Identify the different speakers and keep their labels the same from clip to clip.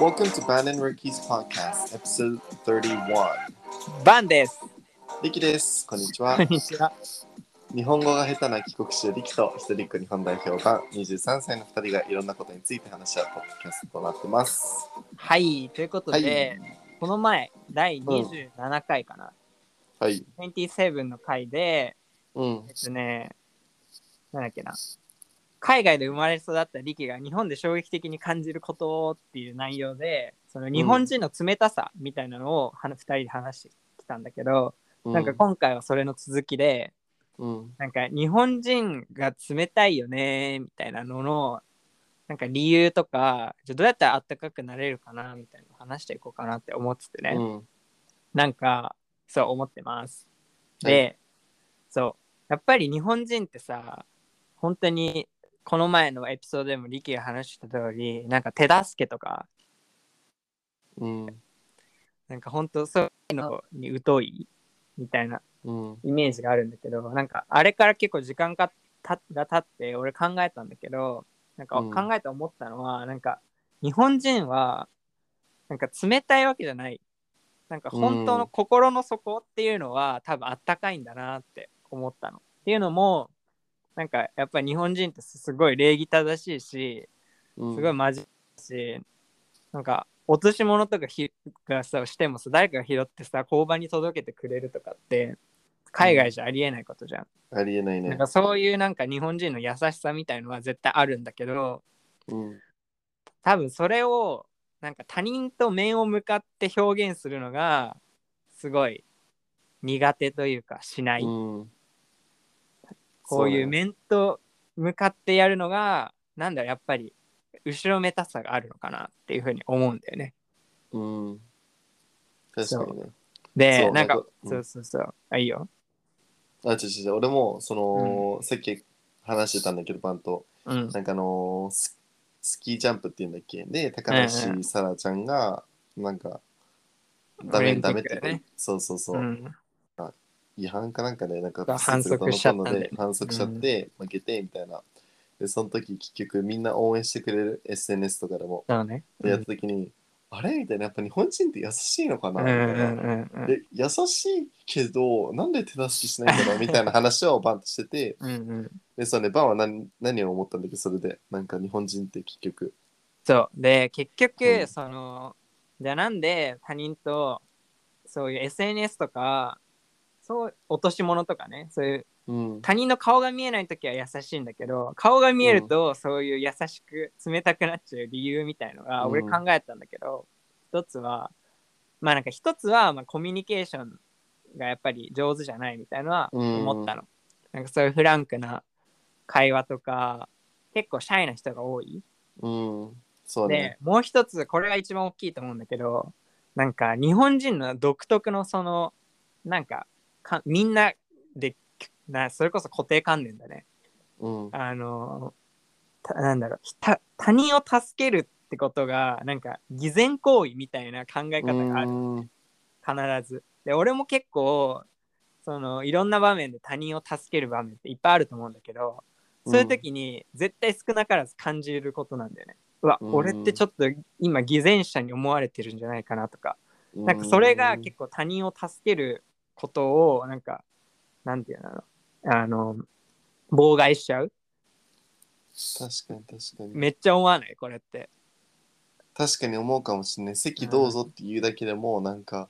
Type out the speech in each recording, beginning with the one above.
Speaker 1: Welcome to Ban and Ricky's podcast, episode 31.
Speaker 2: バンです。
Speaker 1: リキです。こんにちは
Speaker 2: こ。んにちは。
Speaker 1: 日本語が下手な帰国子リキと一人っ子日本代表が23歳の2人がいろんなことについて話し合うポッドキャストとなってます。
Speaker 2: はい、ということ
Speaker 1: はい。
Speaker 2: で、この前、第27回かな、
Speaker 1: はい。
Speaker 2: 27の回で、
Speaker 1: うん
Speaker 2: え。っとね、なんだっけな、海外で生まれ育ったリキが日本で衝撃的に感じることっていう内容で、その日本人の冷たさみたいなのを2人で話してきたんだけど、なんか今回はそれの続きで、
Speaker 1: うん、
Speaker 2: なんか日本人が冷たいよねみたいなののなんか理由とかじゃあどうやったら暖かくなれるかなみたいなの話していこうかなって思っててね、
Speaker 1: うん。
Speaker 2: なんかそう思ってます。
Speaker 1: はい
Speaker 2: で、そうやっぱり日本人ってさ本当にこの前のエピソードでもリキが話してた通りなんか手助けとか
Speaker 1: うん。
Speaker 2: なんか本当そういうのに疎いみたいな
Speaker 1: うん。
Speaker 2: イメージがあるんだけどなんかあれから結構時間がたが経って俺考えたんだけどなんか
Speaker 1: うん
Speaker 2: 考えて思ったのは、なんか日本人はなんか冷たいわけじゃないなんか本当
Speaker 1: う
Speaker 2: の
Speaker 1: ん
Speaker 2: 心の底っていうのは、多分あったかいんだなって思ったの。っていうのもなんかやっぱり日本人ってすごい礼儀正しいし
Speaker 1: うん。
Speaker 2: すごい真面目だし、なんか落とし物とかひがさしてもさ誰かが拾ってさ交番に届けてくれるとかって海外じゃありえないことじゃん。
Speaker 1: ありえない
Speaker 2: なん
Speaker 1: ね
Speaker 2: か。そういうなんか日本人の優しさみたいのは絶対あるんだけど
Speaker 1: うん。
Speaker 2: 多分それをなんか他人と面を向かって表現するのがすごい苦手というかしない、
Speaker 1: うん。
Speaker 2: こういう
Speaker 1: 目。
Speaker 2: 面と向かってやるのがなんだろうやっぱり後ろめたさがあるのかなっていうふうに思うんだよね。
Speaker 1: うん。確かにね。そ
Speaker 2: で、
Speaker 1: う
Speaker 2: なん
Speaker 1: な
Speaker 2: か
Speaker 1: んか、うん
Speaker 2: そうそうそう、あ、いいよ。
Speaker 1: あ、違う違う違う。俺も、その、さっき話してたんだけど、バンと。
Speaker 2: うん。
Speaker 1: なんかあのース、スキージャンプっていうんだっけで、高梨沙羅ちゃんが、なんか、ダメダメって
Speaker 2: オリンピックだよね
Speaker 1: そうそうそうう、
Speaker 2: ん。
Speaker 1: 違反かなんかで、なんか
Speaker 2: が
Speaker 1: パスすると
Speaker 2: 反則しちゃったんだよね
Speaker 1: 残るので反則しちゃって、負けてみたいな。で、その時結局みんな応援してくれる SNS とかでも、
Speaker 2: そうね。
Speaker 1: でやった時に、あれみたいな、やっぱ日本人って優しいのか
Speaker 2: う
Speaker 1: な、
Speaker 2: んう
Speaker 1: み
Speaker 2: ん
Speaker 1: たいな
Speaker 2: うんうん。
Speaker 1: で優しいけどなんで手助けしないんだろ うみたいな話をバンとしてて
Speaker 2: うんうん、
Speaker 1: でそうねバンは何何を思ったんだけどそれでなんか日本人って結局
Speaker 2: そうで結局、
Speaker 1: うん
Speaker 2: そのじゃあなんで他人とそういう SNS とかそう落とし物とかねそういう
Speaker 1: うん
Speaker 2: 他人の顔が見えない時は優しいんだけど顔が見えるとそういう優しく冷たくなっちゃう理由みたいのが
Speaker 1: うん
Speaker 2: 俺考えたんだけど、一つはまあなんか一つはまあコミュニケーションがやっぱり上手じゃないみたいのは思ったの、なんかそういうフランクな会話とか結構シャイな人が多い
Speaker 1: うんそう
Speaker 2: で
Speaker 1: ね
Speaker 2: もう一つこれが一番大きいと思うんだけどなんか日本人の独特のそのなんかかみんなでなそれこそ固定観念だね
Speaker 1: うん
Speaker 2: あの、たなんだろう他、他人を助けるってことが、なんか、偽善行為みたいな考え方がある、
Speaker 1: うん
Speaker 2: 必ず。で、俺も結構、その、いろんな場面で他人を助ける場面っていっぱいあると思うんだけど、そういう時に、絶対少なからず感じることなんだよね。うわ、
Speaker 1: うん
Speaker 2: 俺ってちょっと今、偽善者に思われてるんじゃないかなとか、なんかそれが結構他人を助けることをなんかなんていうのあの妨害しちゃう
Speaker 1: 確かに確かに
Speaker 2: めっちゃ思わないこれって
Speaker 1: 確かに思うかもしれない席どうぞって言うだけでもなんか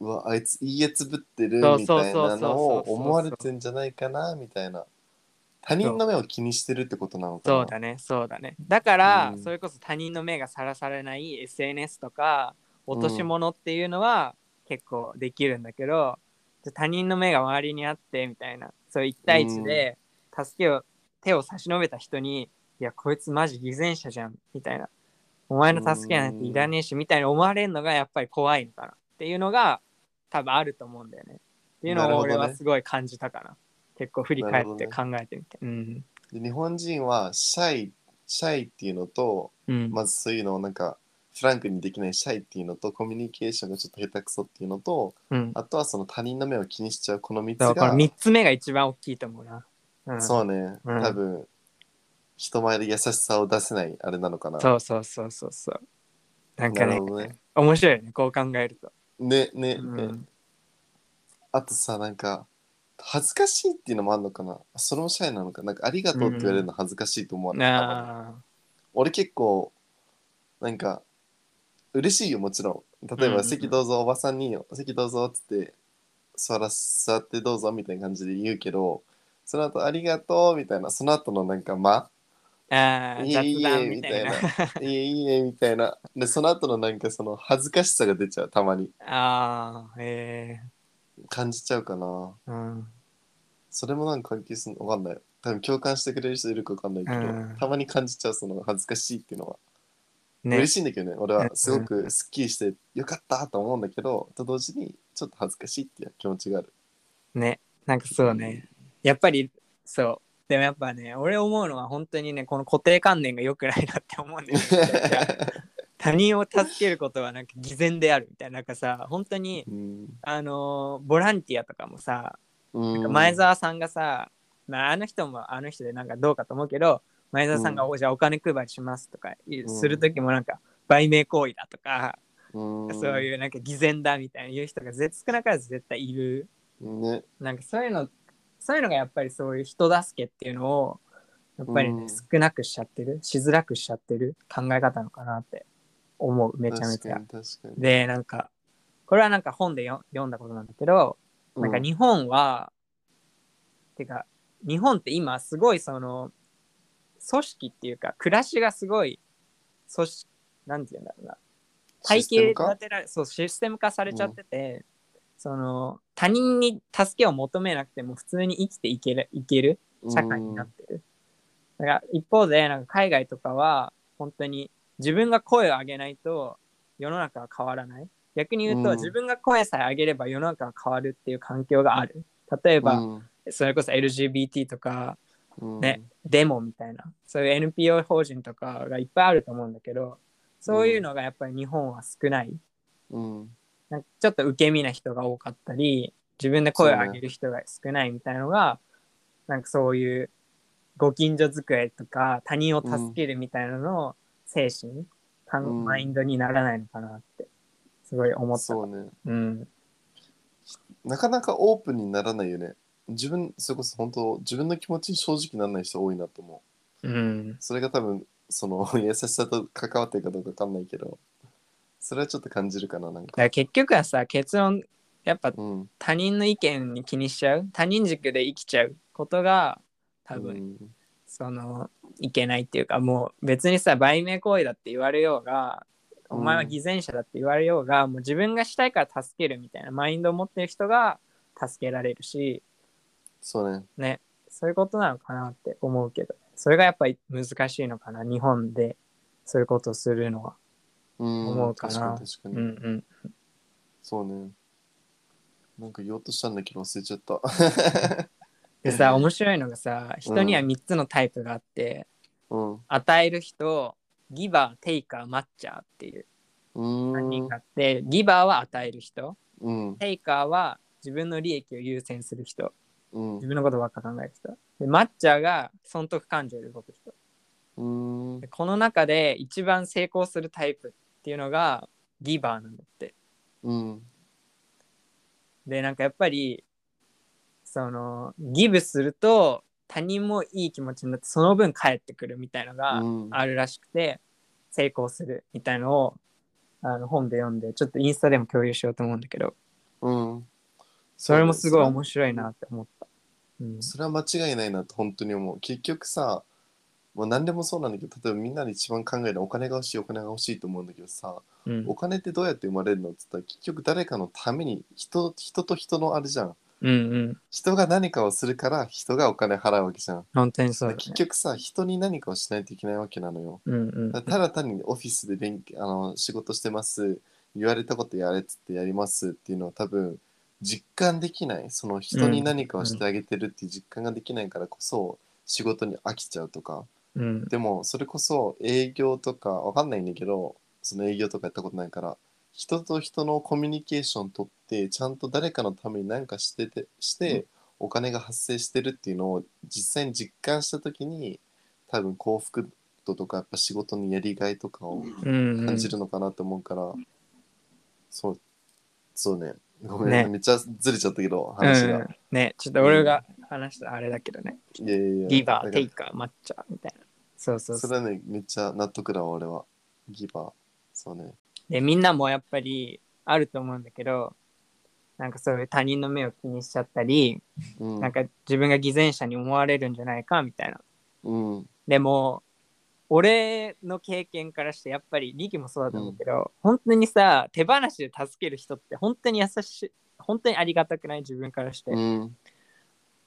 Speaker 1: うわあいついいやつぶってる
Speaker 2: そう
Speaker 1: み
Speaker 2: そう
Speaker 1: た
Speaker 2: そう
Speaker 1: い
Speaker 2: そう
Speaker 1: なのを思われてんじゃないかなみたいな他人の目を気にしてるってことなのかな
Speaker 2: そうだねそうだねだから、
Speaker 1: うん
Speaker 2: それこそ他人の目がさらされない SNS とか落とし物っていうのは結構できるんだけど、じゃ他人の目が周りにあってみたいなそういう一対一で助けを、手を差し伸べた人に「いやこいつマジ偽善者じゃん」みたいな「お前の助けなんていらねえし」みたいに思われるのがやっぱり怖いのかなっていうのが多分あると思うんだよねっていう
Speaker 1: なる
Speaker 2: のを
Speaker 1: ほどね
Speaker 2: 俺はすごい感じたかな結構振り返って
Speaker 1: なる
Speaker 2: 考えてみて、うん
Speaker 1: で日本人はシャイシャイっていうのと
Speaker 2: うん
Speaker 1: まずそういうのをなんかフランクにできないシャイっていうのとコミュニケーションがちょっと下手くそっていうのと
Speaker 2: うん
Speaker 1: あとはその他人の目を気にしちゃうこの3つ
Speaker 2: そうこの
Speaker 1: が
Speaker 2: 3つ目が一番大きいと思うな。うん
Speaker 1: そうね、
Speaker 2: うん
Speaker 1: 多分人前で優しさを出せないあれなのかな。
Speaker 2: そうそうそうそうそう。なんか
Speaker 1: な
Speaker 2: ね
Speaker 1: る、ほどね。
Speaker 2: 面白いよね、こう考えると。
Speaker 1: ねねね、
Speaker 2: うん
Speaker 1: あとさなんか恥ずかしいっていうのもあるのかな。それもシャイなのかな。なんかありがとうって言われるの恥ずかしいと思わない、
Speaker 2: なあ。
Speaker 1: 俺結構なんか嬉しいよもちろん例え
Speaker 2: うんうんう
Speaker 1: ば「
Speaker 2: ん
Speaker 1: 席どうぞおばさんによ席どうぞ」っつって座ら座ってどうぞみたいな感じで言うけどその後ありがとう」みたいなその後のなんか「間
Speaker 2: ああ、
Speaker 1: い
Speaker 2: 雑
Speaker 1: えいえ」
Speaker 2: 談
Speaker 1: み
Speaker 2: みた
Speaker 1: た
Speaker 2: い
Speaker 1: いな
Speaker 2: な。
Speaker 1: 「いえいえ」みたいなでその後のなんかその恥ずかしさが出ちゃうたまに
Speaker 2: ああ、え
Speaker 1: 感じちゃうかな
Speaker 2: えうん。
Speaker 1: それもなんか関係するのわかんない多分共感してくれる人いるかわかんないけど、
Speaker 2: うん
Speaker 1: たまに感じちゃうその恥ずかしいっていうのは
Speaker 2: ね
Speaker 1: 嬉しいんだけどね俺はすごくすっきりしてよかったと思うんだけどと同時にちょっと恥ずかしいっていう気持ちがある
Speaker 2: ね、なんかそうね。やっぱり、そう。でもやっぱね、俺思うのは本当にね、この固定観念が良くないなって 思うんだよねめちゃくちゃ。他人を助けることはなんか偽善であるみたいな。なんかさ、本当に、
Speaker 1: うん
Speaker 2: あのーボランティアとかもさ、
Speaker 1: う
Speaker 2: なん
Speaker 1: ん
Speaker 2: か前澤さんがさ、まあ、あの人もあの人でなんかどうかと思うけど、前澤さんが、
Speaker 1: う
Speaker 2: おじゃあお金配りしますとかいう
Speaker 1: うん
Speaker 2: する時もなんか、売名行為だとか、
Speaker 1: うん
Speaker 2: そういうなんか偽善だみたいな言う人が絶少なからず絶対いる。
Speaker 1: ね
Speaker 2: なんかそういうのそういうのがやっぱりそういう人助けっていうのをやっぱりね、
Speaker 1: うん
Speaker 2: 少なくしちゃってるしづらくしちゃってる考え方なのかなって思うめちゃめちゃ
Speaker 1: 確。かに確かに
Speaker 2: でなんかこれはなんか本でよ読んだことなんだけど、なんか日本はてか日本って今すごいその組織っていうか暮らしがすごい組織なんて言うんだろうな体系立てられそうシステム化されちゃってて、その他人に助けを求めなくても普通に生きていけるいける社会になってる、だから一方でなんか海外とかは本当に自分が声を上げないと世の中は変わらない逆に言うと、
Speaker 1: うん
Speaker 2: 自分が声さえ上げれば世の中が変わるっていう環境がある例え
Speaker 1: れ
Speaker 2: ば、それこそ LGBT とかねデモみたいなそういう NPO 法人とかがいっぱいあると思うんだけどそういうのがやっぱり日本は少ないなんかちょっと受け身な人が多かったり自分で声を上げる人が少ないみたいのが、なんかそういうご近所机とか他人を助けるみたいなのの精神、かん
Speaker 1: うん
Speaker 2: マインドにならないのかなってすごい思った。
Speaker 1: そうね
Speaker 2: うん、
Speaker 1: なかなかオープンにならないよね自分それこそ本当自分の気持ちに正直ならない人多いなと思う
Speaker 2: うん、
Speaker 1: それが多分その 優しさと関わってるかどうかわかんないけどそれはちょっと感じるかななん
Speaker 2: だ
Speaker 1: か
Speaker 2: から結局はさ結論やっぱ
Speaker 1: うん
Speaker 2: 他人の意見に気にしちゃう他人軸で生きちゃうことが多分、
Speaker 1: うん
Speaker 2: そのいけないっていうかもう別にさ売名行為だって言われようがお前は偽善者だって言われようが、もう自分がしたいから助けるみたいなマインドを持ってる人が助けられるし
Speaker 1: そうね
Speaker 2: ねそういうことなのかなって思うけどそれがやっぱり難しいのかな日本でそういうことをするのは。
Speaker 1: 思
Speaker 2: 思うかな
Speaker 1: 確かに確か
Speaker 2: う
Speaker 1: に、
Speaker 2: んうん、
Speaker 1: そうねなんか言おうとしたんだけど忘れち ゃった
Speaker 2: でさ面白いのがさ人には3つのタイプがあっ
Speaker 1: う
Speaker 2: て、
Speaker 1: んう
Speaker 2: 与える人ギバーテイカーマッチャーっていう
Speaker 1: ー
Speaker 2: 3
Speaker 1: ん
Speaker 2: 人があって、ギバーは与える人。
Speaker 1: うん
Speaker 2: テイカーは自分の利益を優先する人、
Speaker 1: うん
Speaker 2: 自分のことばっか考える人。で、マッチャーが損得感情で動く人。
Speaker 1: うん
Speaker 2: でこの中で一番成功するタイプっていうのがギバーなんだって。
Speaker 1: うん
Speaker 2: で、なんかやっぱり、その、ギブすると他人もいい気持ちになって、その分返ってくるみたいのが
Speaker 1: うん
Speaker 2: あるらしくて、成功するみたいのを、あの本で読んで、ちょっとインスタでも共有しようと思うんだけど、
Speaker 1: うん
Speaker 2: それもすごい
Speaker 1: 白
Speaker 2: 面白いなって思った。うん
Speaker 1: いそれは間違いないなと本当に思う結局さまあ何でもそうなんだけど例えばみんなで一番考えるお金が欲しいお金が欲しいと思うんだけどさ
Speaker 2: うん
Speaker 1: お金ってどうやって生まれるのって言ったら結局誰かのために人人と人のあれじゃん
Speaker 2: うんうん。
Speaker 1: 人が何かをするから人がお金払うわけじゃん
Speaker 2: 本当にそうだ、ね
Speaker 1: 結。局さ人に何かをしないといけないわけなのよ
Speaker 2: うんうん
Speaker 1: だ。ただ単にオフィスで勉あの仕事してます言われたことやれっつってやりますっていうのは多分実感できないその人に何かをしてあげてるっていう実感ができないからこそ仕事に飽きちゃうとか
Speaker 2: うん
Speaker 1: でもそれこそ営業とかわかんないんだけどその営業とかやったことないから人と人のコミュニケーション取ってちゃんと誰かのために何かしててしてお金が発生してるっていうのを実際に実感した時に多分幸福度とかやっぱ仕事にやりがいとかを
Speaker 2: うん、うん
Speaker 1: 感じるのかなと思うから、そうそうねごめん、
Speaker 2: ね
Speaker 1: めっちゃずれちゃったけど話が、
Speaker 2: うん、ねちょっと俺が話したあれだけどね、
Speaker 1: いやいやいや
Speaker 2: ギバ
Speaker 1: だ
Speaker 2: ー
Speaker 1: か
Speaker 2: テ
Speaker 1: ら
Speaker 2: イカー抹茶みたいなそうそうそ
Speaker 1: そうれはねめっちゃ納得だわ俺はギバーそうね
Speaker 2: でみんなもやっぱりあると思うんだけどなんかそういう他人の目を気にしちゃったり、
Speaker 1: うん
Speaker 2: なんか自分が偽善者に思われるんじゃないかみたいな
Speaker 1: うん
Speaker 2: でも俺の経験からしてやっぱりリキもそうだと思うけど、本当にさ手放しで助ける人って本当に優しい本当にありがたくない自分からして、
Speaker 1: うん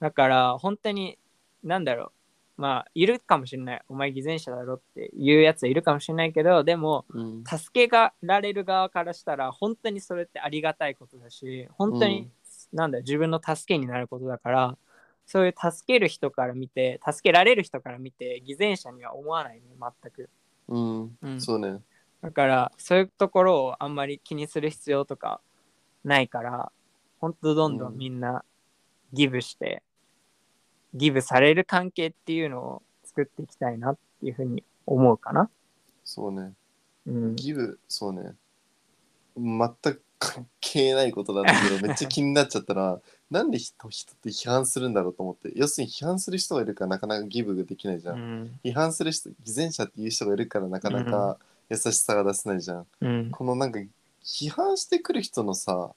Speaker 2: だから本当になんだろうまあいるかもしれないお前偽善者だろっていうやつはいるかもしれないけどでも
Speaker 1: うん
Speaker 2: 助けがられる側からしたら本当にそれってありがたいことだし本当
Speaker 1: う
Speaker 2: に
Speaker 1: ん、
Speaker 2: なんだ自分の助けになることだからそういう助ける人から見て助けられる人から見て偽善者には思わないね全く、
Speaker 1: うん、
Speaker 2: うん
Speaker 1: そうね
Speaker 2: だからそういうところをあんまり気にする必要とかないから本当どんど
Speaker 1: うんん
Speaker 2: みんなギブして、ギブされる関係っていうのを作っていきたいなっていうふうに思うかな。
Speaker 1: そうね
Speaker 2: うん、
Speaker 1: ギブそうね全く関係ないことなんだけ どめっちゃ気になっちゃったらなんで人人って批判するんだろうと思って要するに批判する人がいるからなかなかギブができないじゃん、
Speaker 2: うん
Speaker 1: 批判する人偽善者っていう人がいるからなかなか優しさが出せないじゃん、
Speaker 2: うん
Speaker 1: このなんか批判してくる人のさ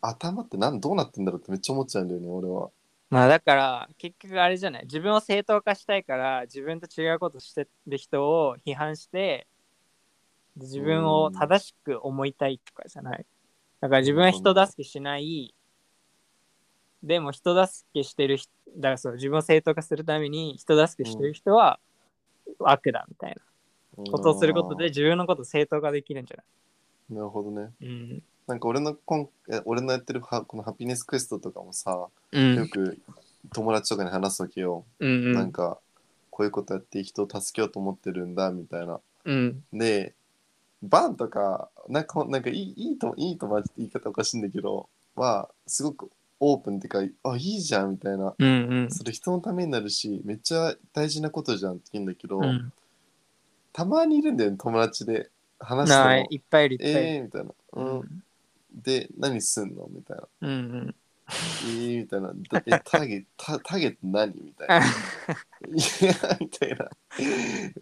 Speaker 1: 頭ってなんどうなってんだろうってめっちゃ思っちゃうんだよね俺は
Speaker 2: まあだから結局あれじゃない自分を正当化したいから自分と違うことしてる人を批判して自分を正しく思いたいとかじゃないだから自分は人助けしないでも人助けしてる人だからそう自分を正当化するために人助けしてる人は悪だみたいなことをすることで自分のことを正当化できるんじゃ
Speaker 1: なるほどね
Speaker 2: ないうん
Speaker 1: なんか俺のこんえ俺のやってるはこのハピネスクエストとかもさ
Speaker 2: う
Speaker 1: よ
Speaker 2: ん
Speaker 1: く友達とかに話すわけよ、
Speaker 2: うんう
Speaker 1: なん
Speaker 2: ん
Speaker 1: かこういうことやって人を助けようと思ってるんだみたいな。
Speaker 2: うん
Speaker 1: でバンとかなんかなんかいいいいといい友達って言い方おかしいんだけどはすごくオープンっていうかあいいじゃんみたいな
Speaker 2: うん
Speaker 1: それ人のためになるしめっちゃ大事なことじゃんって言うんだけど、
Speaker 2: うん
Speaker 1: たまにいるんだよね友達で話して
Speaker 2: な
Speaker 1: も
Speaker 2: いいっぱいいるいっぱいいる
Speaker 1: えーみたいな、うんで何すんのみたいな
Speaker 2: うんうん
Speaker 1: えーみたいなだえ ターゲットタターゲット何みたいな。いやみたいな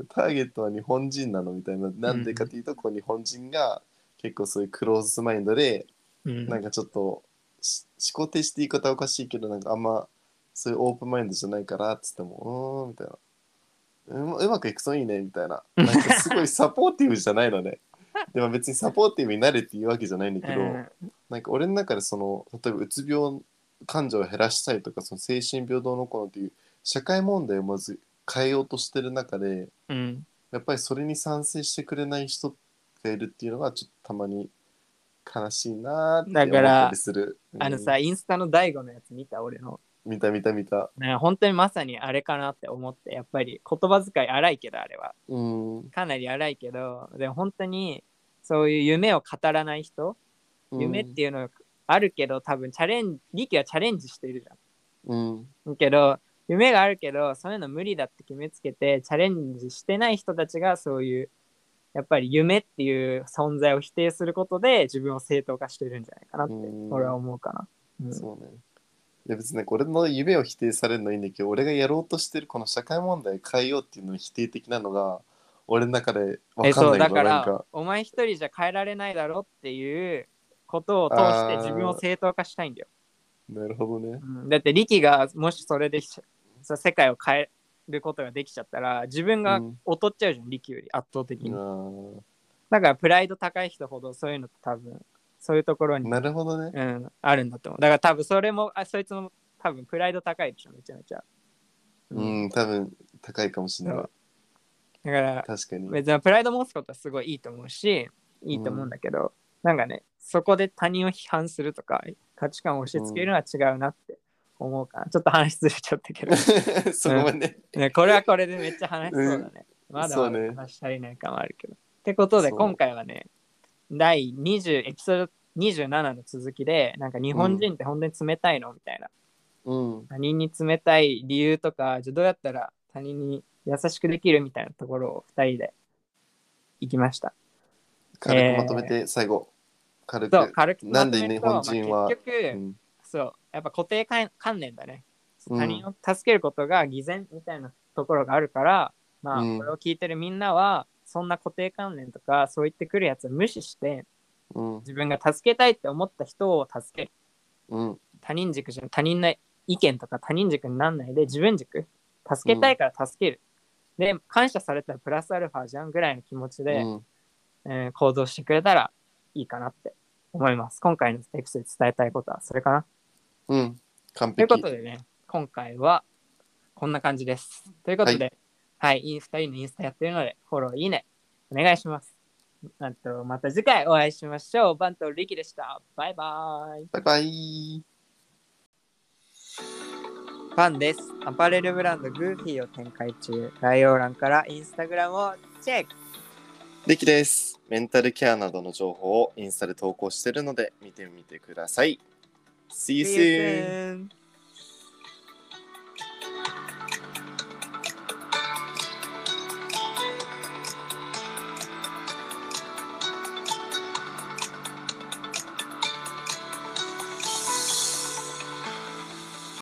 Speaker 1: ターゲットは日本人なのみたいななんでかっていうと、こう日本人が結構そういうクローズマインドで、
Speaker 2: うん
Speaker 1: なんかちょっとし思考停止って言い方はおかしいけどなんかあんまそういうオープンマインドじゃないからっつってもうーんみたいなうまうまくいくといいねみたい ななんかすごいサポーティブじゃないのねでも別にサポーティブになれっていうわけじゃないんだけど、
Speaker 2: うん
Speaker 1: なんか俺の中でその例えばうつ病患者を減らしたりとかその精神病どうのこうのっていう社会問題をまず変えようとしてる中で
Speaker 2: うん
Speaker 1: やっぱりそれに賛成してくれない人がいるっていうのがちょっとたまに悲しいなーって思
Speaker 2: だか
Speaker 1: った
Speaker 2: ら
Speaker 1: りする。うん
Speaker 2: あのさ、インスタの大悟のやつ見た俺の。
Speaker 1: 見た見た見た。
Speaker 2: ね、本当にまさにあれかなって思って、やっぱり言葉遣い荒いけど、あれは。
Speaker 1: うん。うん
Speaker 2: かなり荒いけど、でも本当にそういう夢を語らない人、夢っていうのがあるけど、多分チャレンジ、力はチャレンジしてるじ
Speaker 1: うん。
Speaker 2: ゃん。けど、夢があるけど、そういうの無理だって決めつけて、チャレンジしてない人たちがそういう、やっぱり夢っていう存在を否定することで自分を正当化してるんじゃないかなって、
Speaker 1: うん
Speaker 2: 俺は思うかな。うん
Speaker 1: そうね。いや別にね、俺の夢を否定されるのはいいんだけど、俺がやろうとしてるこの社会問題を変えようっていうの否定的なのが、俺の中で
Speaker 2: え
Speaker 1: 分か
Speaker 2: そ
Speaker 1: んな
Speaker 2: う
Speaker 1: い
Speaker 2: だ
Speaker 1: けど、
Speaker 2: か。
Speaker 1: なんから
Speaker 2: お前一人じゃ変えられないだろっていうことを通して自分を正当化したいんだよ、
Speaker 1: なるほどね。
Speaker 2: うんだってリキがもしそれでしそう世界を変えることができちゃったら自分が
Speaker 1: うん
Speaker 2: 劣っちゃうじゃん、リキより圧倒的に、
Speaker 1: あ
Speaker 2: だ
Speaker 1: ー
Speaker 2: からプライド高い人ほどそういうのって多分そういうところに、
Speaker 1: なるほどね。
Speaker 2: うん、あるんだと思うだから多分それもあそいつも多分プライド高いでしょめちゃめちゃ、
Speaker 1: うん、多分高いかもしれない
Speaker 2: そ。うだから
Speaker 1: 確かに。
Speaker 2: 別にプライド持つことはすごいいいと思うしいいと思うんだけど、なんかねそこで他人を批判するとか価値観を押し付けるのは違うなって思うかな、ちょっと話ずれちゃったけど、
Speaker 1: そこまで。
Speaker 2: ね、これはこれでめっちゃ話しそうだね、まだ
Speaker 1: そう
Speaker 2: ま
Speaker 1: ね
Speaker 2: だ話し足りない感はあるけど、ってことで
Speaker 1: そう
Speaker 2: 今回はね第20エピソード27の続きでなんか日本人って本当に冷たいのみたいな
Speaker 1: うん
Speaker 2: 他人に冷たい理由とかじゃあどうやったら他人に優しくできるみたいなところを2人で行きました。
Speaker 1: 軽くまとめて最後、軽く
Speaker 2: そう軽く
Speaker 1: なんで
Speaker 2: まとめ
Speaker 1: 日
Speaker 2: ると
Speaker 1: 本人
Speaker 2: ま
Speaker 1: は
Speaker 2: あ、結局、
Speaker 1: うん
Speaker 2: そうやっぱ固定観観念だね
Speaker 1: うん
Speaker 2: 他人を助けることが偽善みたいなところがあるから、まあ
Speaker 1: うん
Speaker 2: これを聞いてるみんなはそんな固定観念とかそう言ってくるやつを無視して
Speaker 1: うん
Speaker 2: 自分が助けたいって思った人を助ける
Speaker 1: うん
Speaker 2: 他人軸じゃ他人の意見とか他人軸になんないで自分軸助けたいから助ける、で感謝されたらプラスアルファじゃんぐらいの気持ちで、
Speaker 1: うん
Speaker 2: えー行動してくれたらいいかなって思います今回のエピソードで伝えたいことはそれかな
Speaker 1: うん完
Speaker 2: というこ
Speaker 1: 璧
Speaker 2: とでね、今回はこんな感じです。ということで、はい、い、い2人のインスタやってるので、フォロー、いいね、お願いします。あと、また次回お会いしましょう。バンとリキでした。バイバイ。
Speaker 1: バイバイ
Speaker 2: パンです。アパレルブランドグーフィーを展開中。概要欄からインスタグラムをチェック。
Speaker 1: リキですメンタルケアなどの情報をインスタで投稿してるので見てみてください See you soon!
Speaker 2: See you soon.